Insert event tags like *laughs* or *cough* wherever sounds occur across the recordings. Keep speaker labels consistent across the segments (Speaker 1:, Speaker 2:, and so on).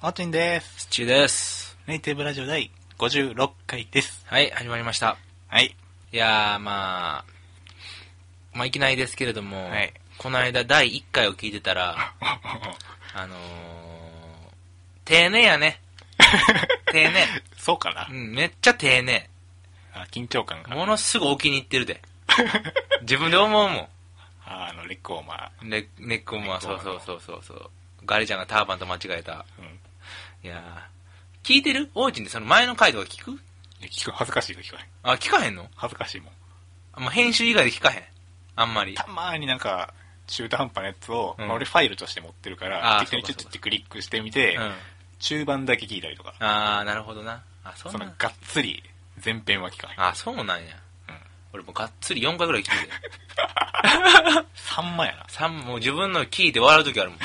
Speaker 1: マーチンです。
Speaker 2: スッチーです。
Speaker 1: ネイティブラジオ第56回です。
Speaker 2: はい、始まりました。
Speaker 1: はい。
Speaker 2: いやー、まあ、まあ、いきなりですけれども、
Speaker 1: はい
Speaker 2: この間第1回を聞いてたら、あのー、丁寧やね。丁寧。
Speaker 1: *laughs*
Speaker 2: *laughs*
Speaker 1: そうかな
Speaker 2: う、ん、めっちゃ丁寧。
Speaker 1: あ緊張感が。
Speaker 2: ものすごいお気に入ってる *laughs* で。自分で思うも
Speaker 1: ああの、レックオーマ
Speaker 2: ん。ネネックも、
Speaker 1: ネック
Speaker 2: そ
Speaker 1: も
Speaker 2: うそうそうそうそう。ガリちゃんがターバンと間違えた。
Speaker 1: ー。うん。
Speaker 2: いやー、聞いてる王子ってその前の回とか聞く
Speaker 1: いや聞く恥ずかしいが聞こえん。
Speaker 2: あ、聞かへんの
Speaker 1: 恥ずかしいもん。
Speaker 2: あまあ、編集以外で聞かへん。あんまり。
Speaker 1: たまーになんか、中途半端なやつを、
Speaker 2: うん
Speaker 1: まあ俺ファイルとして持ってるから、
Speaker 2: あー
Speaker 1: 適当に
Speaker 2: そ
Speaker 1: チ
Speaker 2: う
Speaker 1: ュ
Speaker 2: か
Speaker 1: ッチュッてクリックしてみて、
Speaker 2: うん。
Speaker 1: 中盤だけ聞いたりとか、
Speaker 2: ああなるほどなあそう
Speaker 1: そ
Speaker 2: な
Speaker 1: の
Speaker 2: ん
Speaker 1: がっつり前編は聞かへん。
Speaker 2: あそうなんや、
Speaker 1: うん
Speaker 2: 俺もうがっつり4回ぐらい聞いて
Speaker 1: 3万やな。
Speaker 2: 三もう自分の聞いて笑う
Speaker 1: *laughs*
Speaker 2: 時あるもん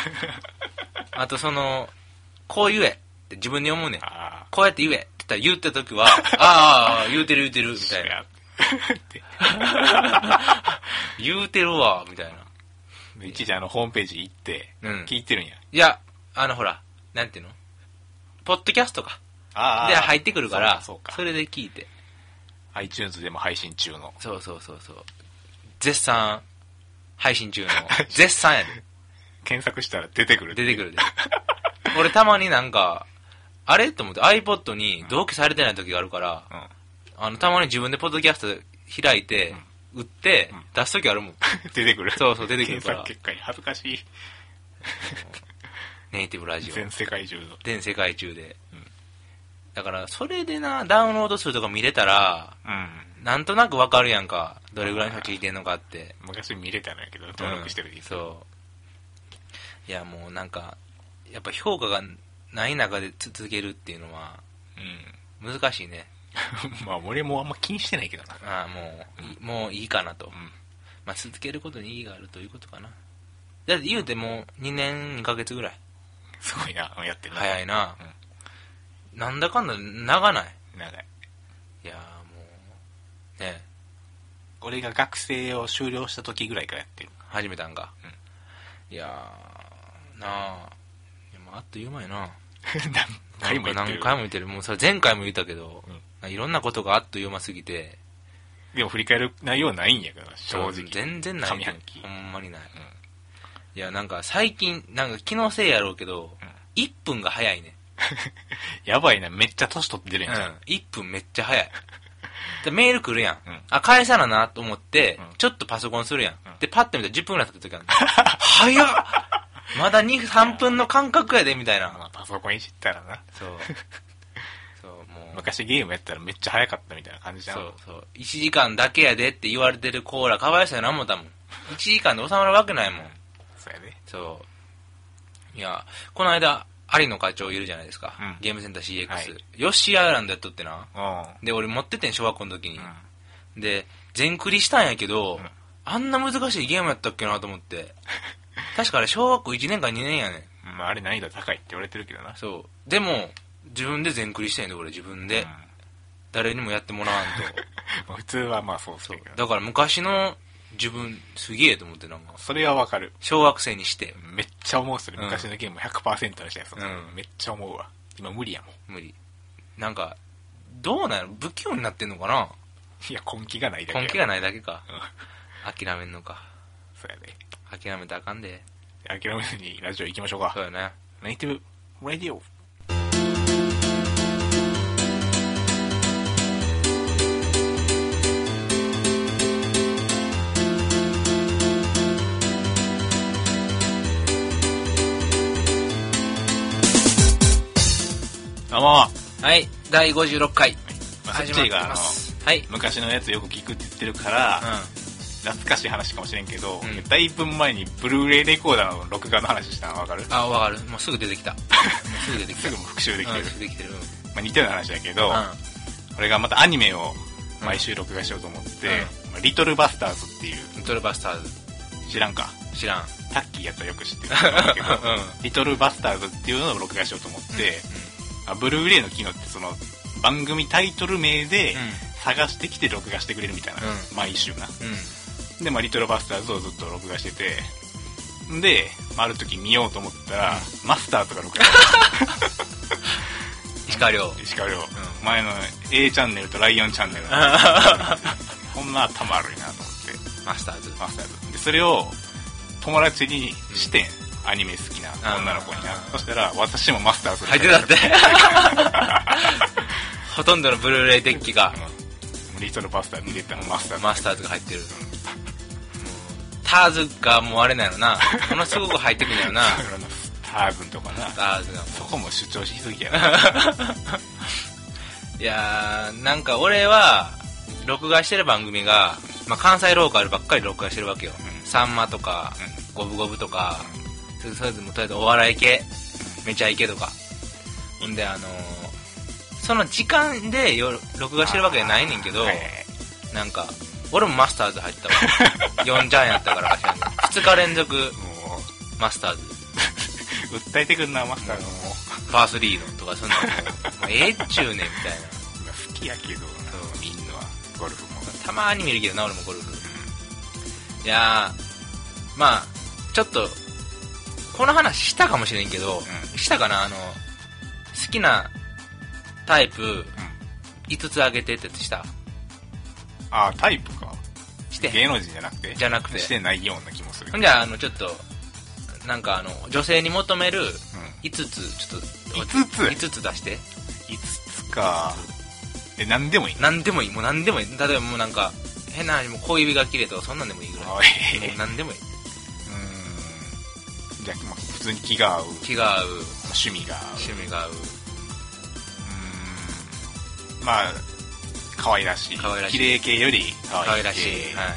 Speaker 2: あとそのこう言えって自分に思うねん
Speaker 1: あ
Speaker 2: こうやって言えって言ったら言った時は *laughs* ああ言うてる言うてるみ
Speaker 1: ー。
Speaker 2: たいな
Speaker 1: *laughs* って。
Speaker 2: 言うてるわみたいな
Speaker 1: で一時あの、ホームページ行って、
Speaker 2: うん
Speaker 1: 聞いてるんや。
Speaker 2: いやあのほらなんていうのポッドキャストか
Speaker 1: あー
Speaker 2: で入ってくるから
Speaker 1: そうか、そうか。
Speaker 2: それで聞いて
Speaker 1: iTunes でも配信中の。
Speaker 2: そうそうそうそう絶賛配信中
Speaker 1: *laughs*
Speaker 2: の絶賛やで
Speaker 1: 検索したら出てくる。
Speaker 2: 出てくるで。俺たまになんか、あれと思って iPod に同期されてない時があるから、
Speaker 1: うん。
Speaker 2: あの、たまに自分でポッドキャスト開いて、売って、出す時あるもん。
Speaker 1: *laughs* 出てくる。
Speaker 2: そうそう出てくるから
Speaker 1: 検索結果に恥ずかしい。
Speaker 2: ネイティブラジオ。
Speaker 1: 全世界中の。
Speaker 2: 全世界中で。
Speaker 1: ん
Speaker 2: だから、それでな、ダウンロード数とか見れたら、
Speaker 1: うん。
Speaker 2: なんとなくわかるやんか。どれぐらいの人聞いてんのかって。
Speaker 1: 昔見れたんやけど、登録してる
Speaker 2: うん
Speaker 1: 時、
Speaker 2: そう。いや、もうなんか、やっぱ評価がない中でつ続けるっていうのは、
Speaker 1: う
Speaker 2: 難しいね。
Speaker 1: ん。ま *laughs* あ、俺もあんま気にしてないけどな。
Speaker 2: ああもう、いもういいかなと、
Speaker 1: ん
Speaker 2: まあ、続けることに意義があるということかなだって言うてもう2年2ヶ月ぐらい
Speaker 1: すごいな、やってるな。
Speaker 2: 早いな、なんだかんだ長ない
Speaker 1: 長い。
Speaker 2: いやーもうね
Speaker 1: 俺が学生を終了した時ぐらいからや
Speaker 2: *laughs*
Speaker 1: ってる。
Speaker 2: 始めたんか、いやーなあいやもうあっという間やな
Speaker 1: 何回もやって
Speaker 2: 何
Speaker 1: る。
Speaker 2: 回も言ってるもうそれ前回も言ったけど
Speaker 1: うん、
Speaker 2: なんかいろんなことがあっという間すぎて
Speaker 1: でも振り返る内容ないんやから、正直。
Speaker 2: 全然ない
Speaker 1: 上半期
Speaker 2: ほ。んまにない、
Speaker 1: うん
Speaker 2: いやなんか最近なんか気のせいやろうけど、
Speaker 1: うん
Speaker 2: 1分が早いね
Speaker 1: やばいな、めっちゃ年取ってるやん。
Speaker 2: うん、1分めっちゃ
Speaker 1: *laughs*
Speaker 2: 早い。でメール来るやん。
Speaker 1: うん
Speaker 2: あ、返さななと思って、
Speaker 1: うん
Speaker 2: ちょっとパソコンするやん。
Speaker 1: ん
Speaker 2: で、パッて見たら10分ぐらい経った時あるの
Speaker 1: *laughs*
Speaker 2: 早っまだ2、3分の間隔やで、みたい
Speaker 1: ま
Speaker 2: な。
Speaker 1: あ、パソコンいじったらな。
Speaker 2: そう。そう、もう。
Speaker 1: 昔ゲームやったらめっちゃ早かったみたいな感じじゃん。
Speaker 2: そうそう。1時間だけやでって言われてるコーラ、かわいそうやな思ったもん。1時間で収まるわけないもん。
Speaker 1: そうやで。
Speaker 2: そう。いや、この間、有野課長いるじゃないですか。
Speaker 1: うん
Speaker 2: ゲームセンター CX。
Speaker 1: はい
Speaker 2: ヨッシーアイランドやっとってな。
Speaker 1: う
Speaker 2: で、俺持っててん、小学校の時に。
Speaker 1: ん。うん。
Speaker 2: で、全クリしたんやけど、
Speaker 1: うん
Speaker 2: あんな難しいゲームやったっけなと思って。確かあれ小学校1年か2年やねん。
Speaker 1: まあ、あれ難易度高いって言われてるけどな。
Speaker 2: そう。でも、自分で全クリしてんで、俺自分で。
Speaker 1: うん
Speaker 2: 誰にもやってもらわんと。
Speaker 1: まあ普通はまあ *laughs* そうす
Speaker 2: そう
Speaker 1: るけど。
Speaker 2: だから昔の自分、すげえと思って、なんか、
Speaker 1: それはわかる。
Speaker 2: 小学生にして、
Speaker 1: めっちゃ思うそれ。
Speaker 2: うん
Speaker 1: 昔のゲーム100%の人やつ、
Speaker 2: うん
Speaker 1: めっちゃ思うわ。今無理やもん。
Speaker 2: 無理。なんか、どうなの不器用になってんのかない
Speaker 1: や、根気がないだけや。
Speaker 2: 根気がないだけか
Speaker 1: う。ん。
Speaker 2: 諦めんのか。
Speaker 1: そうやで。
Speaker 2: 諦めたらあかんで。
Speaker 1: 諦めずにラジオ行きましょう
Speaker 2: そ
Speaker 1: か。
Speaker 2: うよね。
Speaker 1: ネイティブ、ラディオ。どうも、ま
Speaker 2: はい、第56回。
Speaker 1: あ、サッチーがあの、
Speaker 2: はい。うん。
Speaker 1: 昔のやつよく聞くって言ってるから、懐かしい話かもしれんけど、
Speaker 2: うん
Speaker 1: だいぶ前にブルーレイレコーダーの録画の話したの分かる
Speaker 2: あ、わかる。もうすぐ出てきた。もう *laughs* すぐ出てき
Speaker 1: す
Speaker 2: た。
Speaker 1: ぐも復習できてる、
Speaker 2: うんすぐできてる。うん。
Speaker 1: まあ、似たような話だけど、
Speaker 2: うん
Speaker 1: 俺がまたアニメを毎週録画しようと思って、まあリトルバスターズっていう
Speaker 2: ウルトラバスターズ。
Speaker 1: 知らんか
Speaker 2: 知らん。
Speaker 1: タッキーやったらよく知ってると思うんだけど、
Speaker 2: うん
Speaker 1: リトルバスターズっていうのを録画しようと思って、まあブルーレイの機能ってその番組タイトル名で
Speaker 2: う
Speaker 1: 探してきて録画してくれるみたいな、
Speaker 2: う
Speaker 1: 毎週な。
Speaker 2: ん。うん。
Speaker 1: で、まあ、リトルバスターズをずっと録画してて、で、まあ、ある時見ようと思ったら、マスターとか録画して
Speaker 2: 石川 *laughs* 遼。
Speaker 1: 石川遼、前の A チャンネルとライオンチャンネルのこんな頭悪いなと思って
Speaker 2: マスターズ。
Speaker 1: マスターズでそれを友達にして、アニメ好きな女の子にな
Speaker 2: あー
Speaker 1: そしたら私もマスターズ
Speaker 2: 入ってたって *laughs* ほとんどのブルーレイデッキが
Speaker 1: うんリトルバスター見れたのマスターズ
Speaker 2: マスターズが入ってる。もうターズがもうあれなのな。ものすごく入ってくんだよな。
Speaker 1: スターズンとかな
Speaker 2: ターズがも
Speaker 1: そこも主張しすぎやな
Speaker 2: う。いやー、なんか俺は、録画してる番組が、まあ、関西ローカルばっかり録画してるわけよ。
Speaker 1: うん
Speaker 2: さんまとか、
Speaker 1: う
Speaker 2: ゴブゴブとか、それそれでもとりあえずお笑い系、めちゃイケとか。ほんで、あのーその時間でよ録画してるわけじゃないねんけど、
Speaker 1: はい
Speaker 2: なんか、俺もマスターズ入った
Speaker 1: *laughs*
Speaker 2: わ。4ジャンやったからか知らんけど2日連続
Speaker 1: も
Speaker 2: マスターズ、
Speaker 1: う訴えてくんなマスターズも
Speaker 2: パースリーのとかそんなの、もうええっちゅうねんみ
Speaker 1: 今
Speaker 2: たいな。
Speaker 1: 好きやけど
Speaker 2: そう
Speaker 1: みんなはゴルフも
Speaker 2: たまに見るけどな、俺もゴルフ。いやー、まあちょっと、この話したかもしれんけど、
Speaker 1: う
Speaker 2: したかな、あの、好きなタイプ、5つあげてってやつした
Speaker 1: ああタイプか
Speaker 2: して
Speaker 1: 芸能人じゃなくて
Speaker 2: じゃなくて
Speaker 1: してないような気もする
Speaker 2: ほんじゃあ、あの、ちょっと、なんかあの、女性に求める
Speaker 1: う
Speaker 2: 5つ、ちょっと、
Speaker 1: ん5つ
Speaker 2: 5つ出して。
Speaker 1: 5つかえ何でもいいな
Speaker 2: 何でもいい、もう何でもいい。例えばもうなんか、変な話、もう小指が切れとか、そんなんでもいいぐらい。も
Speaker 1: あええ
Speaker 2: う何でもいい。
Speaker 1: うんじゃあ、まあ普通に気が合う
Speaker 2: 気が合う、
Speaker 1: 趣味が合う
Speaker 2: 趣味が合う、
Speaker 1: うんまあ可愛らしい
Speaker 2: 可愛らしい
Speaker 1: 綺麗系より可
Speaker 2: 可
Speaker 1: 愛
Speaker 2: 愛
Speaker 1: い
Speaker 2: ら
Speaker 1: 系
Speaker 2: しい。はい。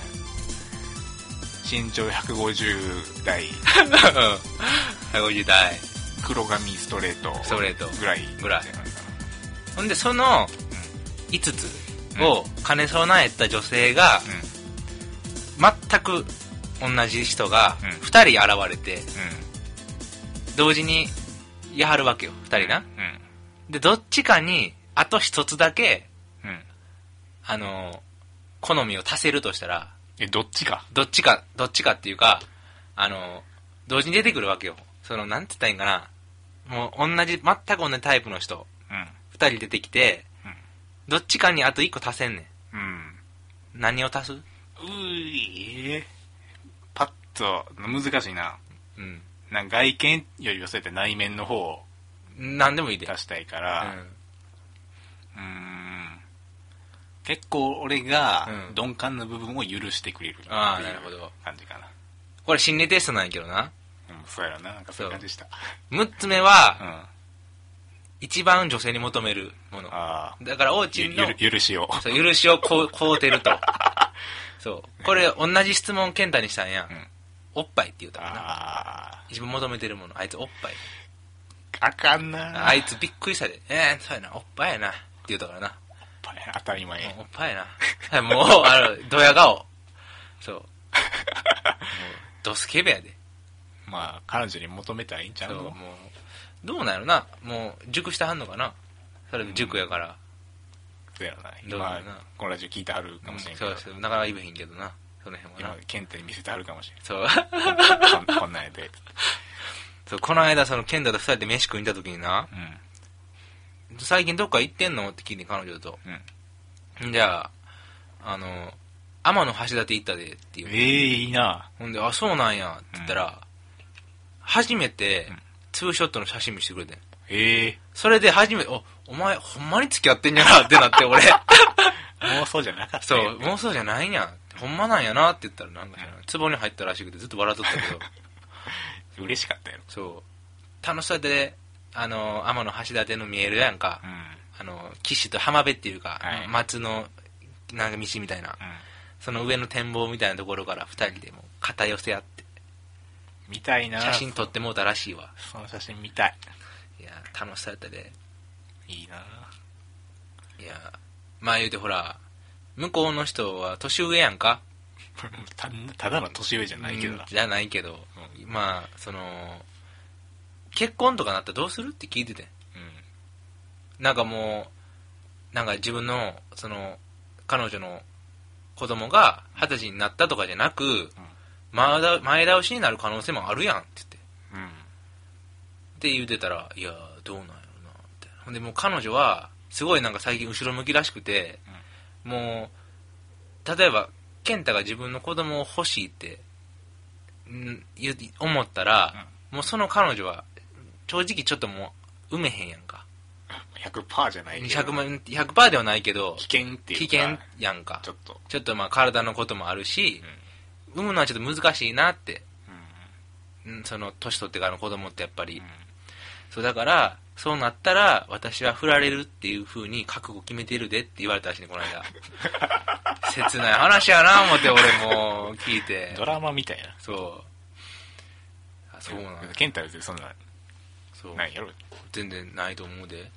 Speaker 1: 身長150代
Speaker 2: *laughs*
Speaker 1: *laughs*
Speaker 2: 150代。
Speaker 1: 黒髪ストレート
Speaker 2: ストレート
Speaker 1: ぐらい
Speaker 2: ぐらいほんで、その、5つを兼ね備えた女性が、
Speaker 1: うん
Speaker 2: 全く同じ人が
Speaker 1: うん、
Speaker 2: 2人現れて、
Speaker 1: う
Speaker 2: 同時に、やはるわけよ、2人な。
Speaker 1: ん
Speaker 2: で、どっちかに、あと1つだけ、
Speaker 1: うんうん
Speaker 2: あの、好みを足せるとしたら、
Speaker 1: えどっちか
Speaker 2: どっちか、どっちかっていうか、あの、同時に出てくるわけよ。その、なんて言ったらいいんかな。もう、同じ、全く同じタイプの人、
Speaker 1: う
Speaker 2: 二人出てきて、
Speaker 1: うん
Speaker 2: どっちかにあと一個足せんね
Speaker 1: んうん
Speaker 2: ん。何を足す
Speaker 1: うーいパッと難しいな
Speaker 2: うん。
Speaker 1: なんか外見よりはそうやって内面の方を
Speaker 2: 何でもいいで。
Speaker 1: 出したいか
Speaker 2: う
Speaker 1: ら、
Speaker 2: ん。
Speaker 1: うーん結構俺が
Speaker 2: うん
Speaker 1: 鈍感な部分を許してくれるっていう
Speaker 2: あーなるほど
Speaker 1: 感じかな
Speaker 2: これ心理テストなんやけどな。
Speaker 1: うんそうやろななんかそういう感じでした
Speaker 2: 六つ目
Speaker 1: う
Speaker 2: は、
Speaker 1: んあ
Speaker 2: 一番女性に求めるもの。
Speaker 1: あ
Speaker 2: だから、おうち
Speaker 1: ゆ
Speaker 2: んの、
Speaker 1: ゆる許しを
Speaker 2: そう許しをこう、こう
Speaker 1: *laughs*
Speaker 2: てると。そう。これ、同じ質問健太にしたんや。
Speaker 1: うん
Speaker 2: おっぱいって言うたかな。
Speaker 1: あ
Speaker 2: 一番求めてるものあいつおっぱい
Speaker 1: ああかんな
Speaker 2: あいつびっくりしたでえー、そうやなおっぱいやなって言うたからな
Speaker 1: 当たり前
Speaker 2: もうおっぱいやなもうあのドヤ顔そうもうドスケベやで
Speaker 1: まあ彼女に求めたらいいんちゃ
Speaker 2: そう
Speaker 1: う
Speaker 2: もう
Speaker 1: の
Speaker 2: どうなんやろなもう熟してはんのかなそれで塾やから、
Speaker 1: そうやろな
Speaker 2: どうやろな
Speaker 1: 今このラジオ聞いてはるかもしれんけ
Speaker 2: そ
Speaker 1: ど
Speaker 2: うそうなかなか言えへんけどなその辺は
Speaker 1: 今
Speaker 2: な
Speaker 1: ケンタに見せてはるかもしれん
Speaker 2: そう *laughs*
Speaker 1: こんこんなんやで
Speaker 2: そうこの間その健太と二人で飯食いに行った時にな
Speaker 1: うん
Speaker 2: 最近どっか行ってんのって聞いて彼女と
Speaker 1: うん
Speaker 2: じゃああの天の橋立行ったでって言う
Speaker 1: ええいいな
Speaker 2: ほんで、あ、そうなんや、って言ったら、初めて、ツーショットの写真見せてくれてん
Speaker 1: ええ
Speaker 2: それで初めて、お、お前、ほんまに付き合ってんやな、ってな *laughs* って、俺。
Speaker 1: 妄想じゃなかった
Speaker 2: そう
Speaker 1: よ、
Speaker 2: 妄想じゃないんやん。ほんまなんやな、って言ったら、なんか知らない。壺に入ったらしくて、ずっと笑っとったけ *laughs* ど、
Speaker 1: 嬉しかったよ
Speaker 2: そう。楽しそうやで、あの、天の橋立の見えるやんか
Speaker 1: う。ん
Speaker 2: あの、岸と浜辺っていうか、
Speaker 1: はい
Speaker 2: 松の、なんか道みたいな
Speaker 1: う。ん
Speaker 2: その上の展望みたいなところから、二人でもう肩寄せ合って、
Speaker 1: 見たいな
Speaker 2: 写真撮ってもうたらしいわ。
Speaker 1: その写真見たい
Speaker 2: いや、楽しそうやったで。
Speaker 1: いいない *laughs*
Speaker 2: や、まあ言うてほら、向こうの人は年上やんか
Speaker 1: たただの年上じゃないけど
Speaker 2: うん
Speaker 1: な
Speaker 2: じゃないけど、まあ、その、結婚とかなったらどうするって聞いてて。
Speaker 1: うん
Speaker 2: なんかもう、なんか自分の、その、彼女の子供が二十歳になったとかじゃなく、前倒前倒しになる可能性もあるやんって言って。
Speaker 1: うん
Speaker 2: って言うてたら、いや、どうなんやろな、みたいな。ほんでもう彼女はすごいなんか最近後ろ向きらしくて、もう例えば健太が自分の子供を欲しいってん言う思ったら、もうその彼女は正直ちょっともう埋めへんやんか
Speaker 1: 100%じゃないけど
Speaker 2: 100万100%ではないけど
Speaker 1: 危険っていう
Speaker 2: 危
Speaker 1: か
Speaker 2: 険やんか
Speaker 1: ちょっと、
Speaker 2: ちょっとまあ体のこともあるし
Speaker 1: う、
Speaker 2: 産むのはちょっと難しいなって、
Speaker 1: んうん
Speaker 2: うんその年取ってからの子供ってやっぱり、
Speaker 1: うん
Speaker 2: そうだからそうなったら私は振られるっていう風に覚悟決めてるでって言われたらしいねこの
Speaker 1: *laughs*
Speaker 2: 間切ない話やな思って俺も聞いて
Speaker 1: ドラマみたいな
Speaker 2: そうあそうなん
Speaker 1: ケンタは別にそんな
Speaker 2: そう
Speaker 1: ないやろ
Speaker 2: 全然ないと思うで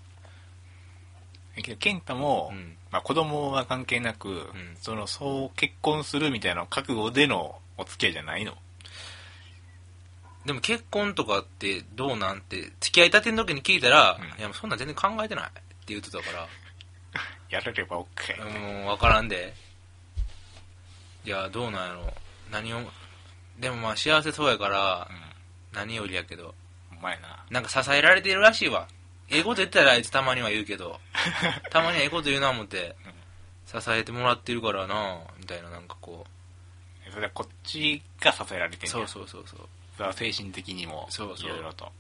Speaker 1: けどケンタも、
Speaker 2: うん
Speaker 1: まあ、子供は関係なく、
Speaker 2: ん
Speaker 1: そのそう結婚するみたいな覚悟でのお付き合いじゃないの
Speaker 2: でも結婚とかってどうなんて付き合いたての時に聞いたら、
Speaker 1: うん
Speaker 2: いやもうそんなん全然考えてないって言ってたから
Speaker 1: やれれば OK、
Speaker 2: うん、わからんで。いや、どうなんやろ。何を、でもまあ幸せそうやから、何よりやけど。
Speaker 1: うん、うまいな
Speaker 2: なんか支えられてるらしいわ。ええこと言ったらあいつたまには言う
Speaker 1: *laughs*
Speaker 2: けど、たまにはええこと言うな思って、支えてもらってるからなみたいななんかこ
Speaker 1: それはこっちが支えられてん
Speaker 2: う。そう
Speaker 1: う
Speaker 2: そうそうそう。
Speaker 1: それは精神的にも
Speaker 2: そうそ
Speaker 1: い
Speaker 2: う
Speaker 1: ろいろと
Speaker 2: だか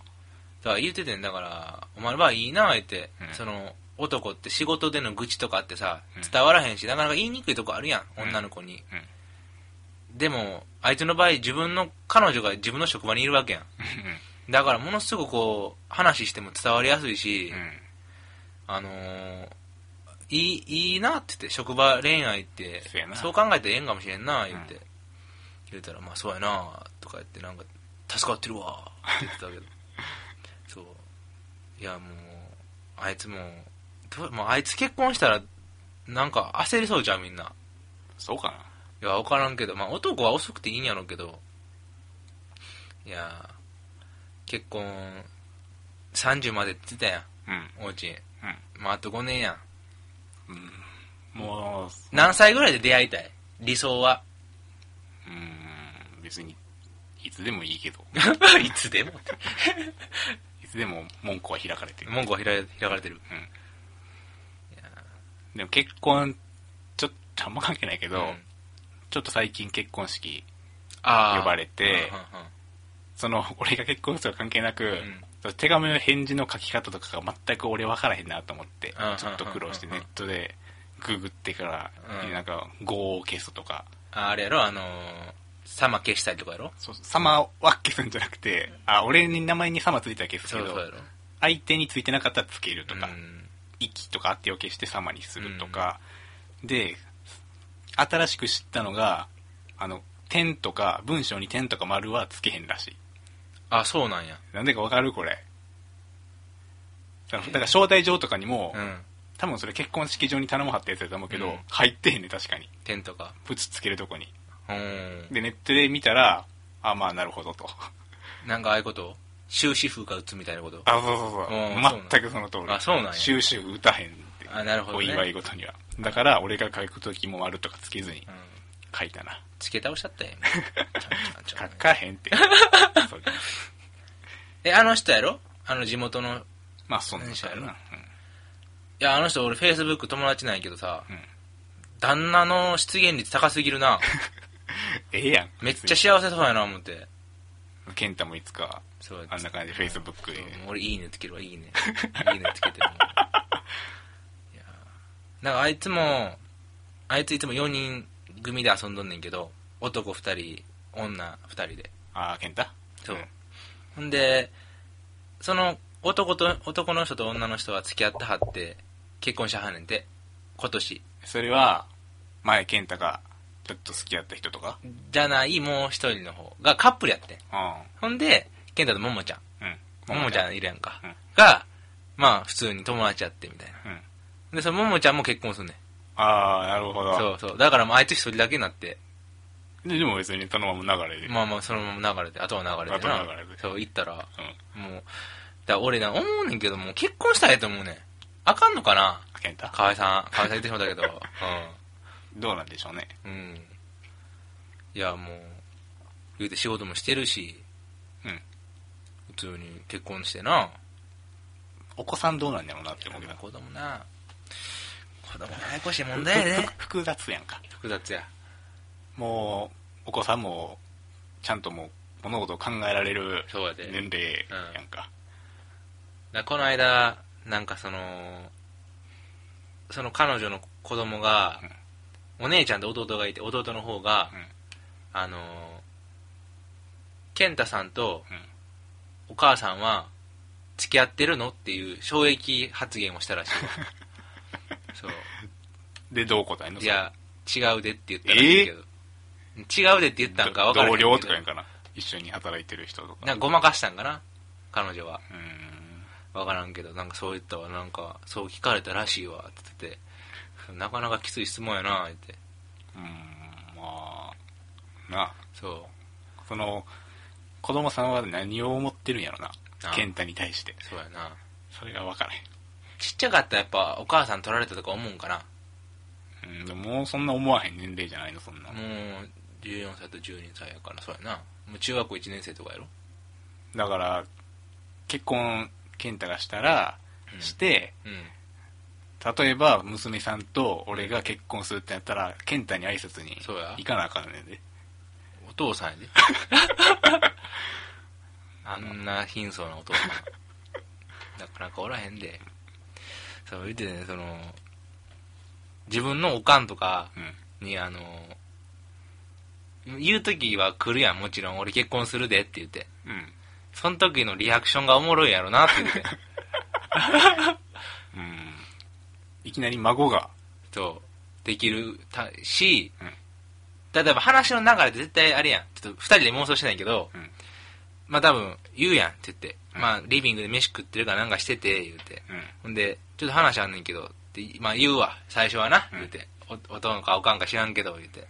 Speaker 2: ら言うててんだからお前の場合いいな言って、
Speaker 1: うん
Speaker 2: その男って仕事での愚痴とかってさ
Speaker 1: うん
Speaker 2: 伝わらへんし、なかなか言いにくいとこあるやん
Speaker 1: うん
Speaker 2: 女の子に、でもあいつの場合自分の彼女が自分の職場にいるわけやんだからものすごくこう話しても伝わりやすいし、
Speaker 1: うん
Speaker 2: あのーいいいいなって言って職場恋愛って
Speaker 1: そうやな
Speaker 2: そう考えたらええんかもしれんな言って、
Speaker 1: うん
Speaker 2: 言うたら「まあそうやな」とか言ってなんか「助かってるわ」って言って
Speaker 1: *laughs*
Speaker 2: たけどそういやもうあいつもどうもうあいつ結婚したらなんか焦りそうじゃんみんな
Speaker 1: そうかない
Speaker 2: や分からんけどまあ男は遅くていいんやろうけどいや結婚30までって言ってたやん
Speaker 1: うん
Speaker 2: おうちまああと5年やん
Speaker 1: もう
Speaker 2: 何歳ぐらいで出会いたい理想は
Speaker 1: うん別にいつでもいいけど
Speaker 2: *laughs* いつでも
Speaker 1: いつでも門戸は開かれてる
Speaker 2: 門戸は開開かれてる
Speaker 1: でも結婚ちょっとあんま関係ないけど、
Speaker 2: うん
Speaker 1: ちょっと最近結婚式
Speaker 2: ああ
Speaker 1: 呼ばれて
Speaker 2: うんうんうん
Speaker 1: その俺が結婚するとか関係なく、
Speaker 2: ん
Speaker 1: その手紙の返事の書き方とかが全く俺分からへんなと思って、
Speaker 2: うん
Speaker 1: ちょっと苦労して
Speaker 2: うんう
Speaker 1: ネ
Speaker 2: ん
Speaker 1: ットでググってから、
Speaker 2: うん
Speaker 1: なんか「語を消す」とか
Speaker 2: ああれやろあのー様消したりとかやろ
Speaker 1: 「そう様」は消すんじゃなくてあ俺に名前に「様」ついたら消す
Speaker 2: そ
Speaker 1: け
Speaker 2: う
Speaker 1: ど
Speaker 2: そうやろ
Speaker 1: 相手についてなかったらつけるとか「
Speaker 2: うん
Speaker 1: 息」とか「あってを消して「様」にするとか、で新しく知ったのがあの点とか文章に点とか丸はつけへんらしい
Speaker 2: あそうなんや
Speaker 1: なんでかわかるこれ。だからだから招待状とかにも、
Speaker 2: うん
Speaker 1: 多分それ結婚式場に頼むはったやつだと思うけど、
Speaker 2: うん
Speaker 1: 入ってへんね、確かに。
Speaker 2: 点とか
Speaker 1: プツつけるとこに。
Speaker 2: うん
Speaker 1: で、ネットで見たら、あ、まあ、なるほどと。
Speaker 2: なんかああいうこと終止符が打つみたいなこと
Speaker 1: あ、そうそうそう。
Speaker 2: うん
Speaker 1: 全くその通り。
Speaker 2: あそうなんや
Speaker 1: 終始打たへんって。
Speaker 2: あなるほど
Speaker 1: お
Speaker 2: ね
Speaker 1: 祝いごとには。だから、俺が書くときも丸とかつけずに
Speaker 2: うん
Speaker 1: 書いたな。
Speaker 2: つけ倒しちゃった *laughs* やんち
Speaker 1: 書
Speaker 2: ゃんちゃんちゃん
Speaker 1: かへんって。それ
Speaker 2: えあの人やろあの地元のい
Speaker 1: まあ、そんな人やな。
Speaker 2: やあの人俺フェイスブック友達なんやけどさ
Speaker 1: うん
Speaker 2: 旦那の出現率高すぎるな
Speaker 1: ええやん。
Speaker 2: めっちゃ幸せそうやな思って
Speaker 1: 健太もいつか、
Speaker 2: そうやって
Speaker 1: あんな感じで Facebook で。
Speaker 2: うん俺いいねつけるわいいねいいねつけて
Speaker 1: *laughs*
Speaker 2: るもんいやーなんかあいつもあいついつも4人組で遊んどんねんけど男2人女2人で
Speaker 1: あー、健太
Speaker 2: そう、
Speaker 1: うん
Speaker 2: ほんでその男と男の人と女の人は付き合ってはって結婚しはんねんて今年
Speaker 1: それは前健太がちょっと好きだった人とか
Speaker 2: じゃないもう一人の方がカップルやってん
Speaker 1: う
Speaker 2: ほんで健太とももちゃん
Speaker 1: んうん
Speaker 2: ももちゃ
Speaker 1: ん
Speaker 2: んいるやんか、
Speaker 1: うん
Speaker 2: がまあ普通に友達やってみたいな
Speaker 1: うん
Speaker 2: でそのももちゃんも結婚すんねん
Speaker 1: ああなるほど
Speaker 2: そうそう。だからもうあいつ一人だけになって、
Speaker 1: ででも別にそのまま流れで、
Speaker 2: まあまあそのまま流れて、あとは流れてな。
Speaker 1: あとは流れて
Speaker 2: そう、行ったら、も
Speaker 1: うん
Speaker 2: う、だから俺な、思うねんけど、もう結婚したらええと思うねん。あかんのかな
Speaker 1: 健太
Speaker 2: 河合さん、河合さん言ってしまった
Speaker 1: *laughs*
Speaker 2: けど、
Speaker 1: どうなんでしょうね
Speaker 2: うん。うん。いや、もう、言うて仕事もしてるし、
Speaker 1: うん
Speaker 2: 普通に結婚してな。
Speaker 1: お子さんどうなんやろうなって思うけど
Speaker 2: 子供な子供ややこしい問題や
Speaker 1: ふ
Speaker 2: ね
Speaker 1: ふ *laughs* 複雑やんか
Speaker 2: 複雑や
Speaker 1: もうお子さんもちゃんともう物事を考えられる
Speaker 2: そうやで
Speaker 1: 年齢やんか
Speaker 2: だこの間なんかそのその彼女の子供が、お姉ちゃんと弟がいて弟の方が、
Speaker 1: うん
Speaker 2: あのー健太さんと
Speaker 1: うん
Speaker 2: お母さんは付き合ってるのっていう衝撃発言をし
Speaker 1: *laughs*
Speaker 2: たらしいわそう
Speaker 1: でどう答えんの
Speaker 2: いや違うでって言ったらしいけど、違うでって言ったんか分からへん
Speaker 1: 同
Speaker 2: けど
Speaker 1: 僚とかやんかな一緒に働いてる人とか
Speaker 2: なんかごまかしたんかな彼女は
Speaker 1: うーん
Speaker 2: 分からんけどなんかそう言ったわなんかそう聞かれたらしいわって言っててなかなかきつい質問やなって
Speaker 1: うーんまあなあ
Speaker 2: そ
Speaker 1: その子供さんは何を思ってるんやろな
Speaker 2: ああ
Speaker 1: 健太に対して
Speaker 2: うそうやな
Speaker 1: それが分から
Speaker 2: ちっちゃかったらやっぱお母さん取られたとか思うんかな
Speaker 1: へんうんでももうそんな思わへん年齢じゃないのそんな
Speaker 2: もう14歳と12歳やからそうやなもう中学校1年生とかやろ
Speaker 1: だから結婚健太がしたら
Speaker 2: うん
Speaker 1: して、
Speaker 2: うん
Speaker 1: 例えば娘さんと俺が結婚するってなったら健太に挨拶に
Speaker 2: そうや
Speaker 1: 行かなあかんねんで
Speaker 2: お父さんやであんな貧相なお父さんなかなかおらへんでそう言うてねその自分のおかんとか
Speaker 1: うん
Speaker 2: にあの言う時は来るやんもちろん俺結婚するでって言って
Speaker 1: うん
Speaker 2: その時のリアクションがおもろいやろなって
Speaker 1: *laughs*
Speaker 2: 言って
Speaker 1: うんいきなり孫が
Speaker 2: そうできるたし
Speaker 1: うん、
Speaker 2: 例えば話の流れで絶対あれやんちょっと2人で妄想してないけど、
Speaker 1: うん
Speaker 2: まあ多分言うやんって言って、
Speaker 1: うん
Speaker 2: まあリビングで飯食ってるかなんかしてて言うて
Speaker 1: うん
Speaker 2: ほんでちょっと話あんねんけどって、まあ、言うわ最初はな
Speaker 1: うん
Speaker 2: 言うて、おおとんかおかんか知らんけど言うて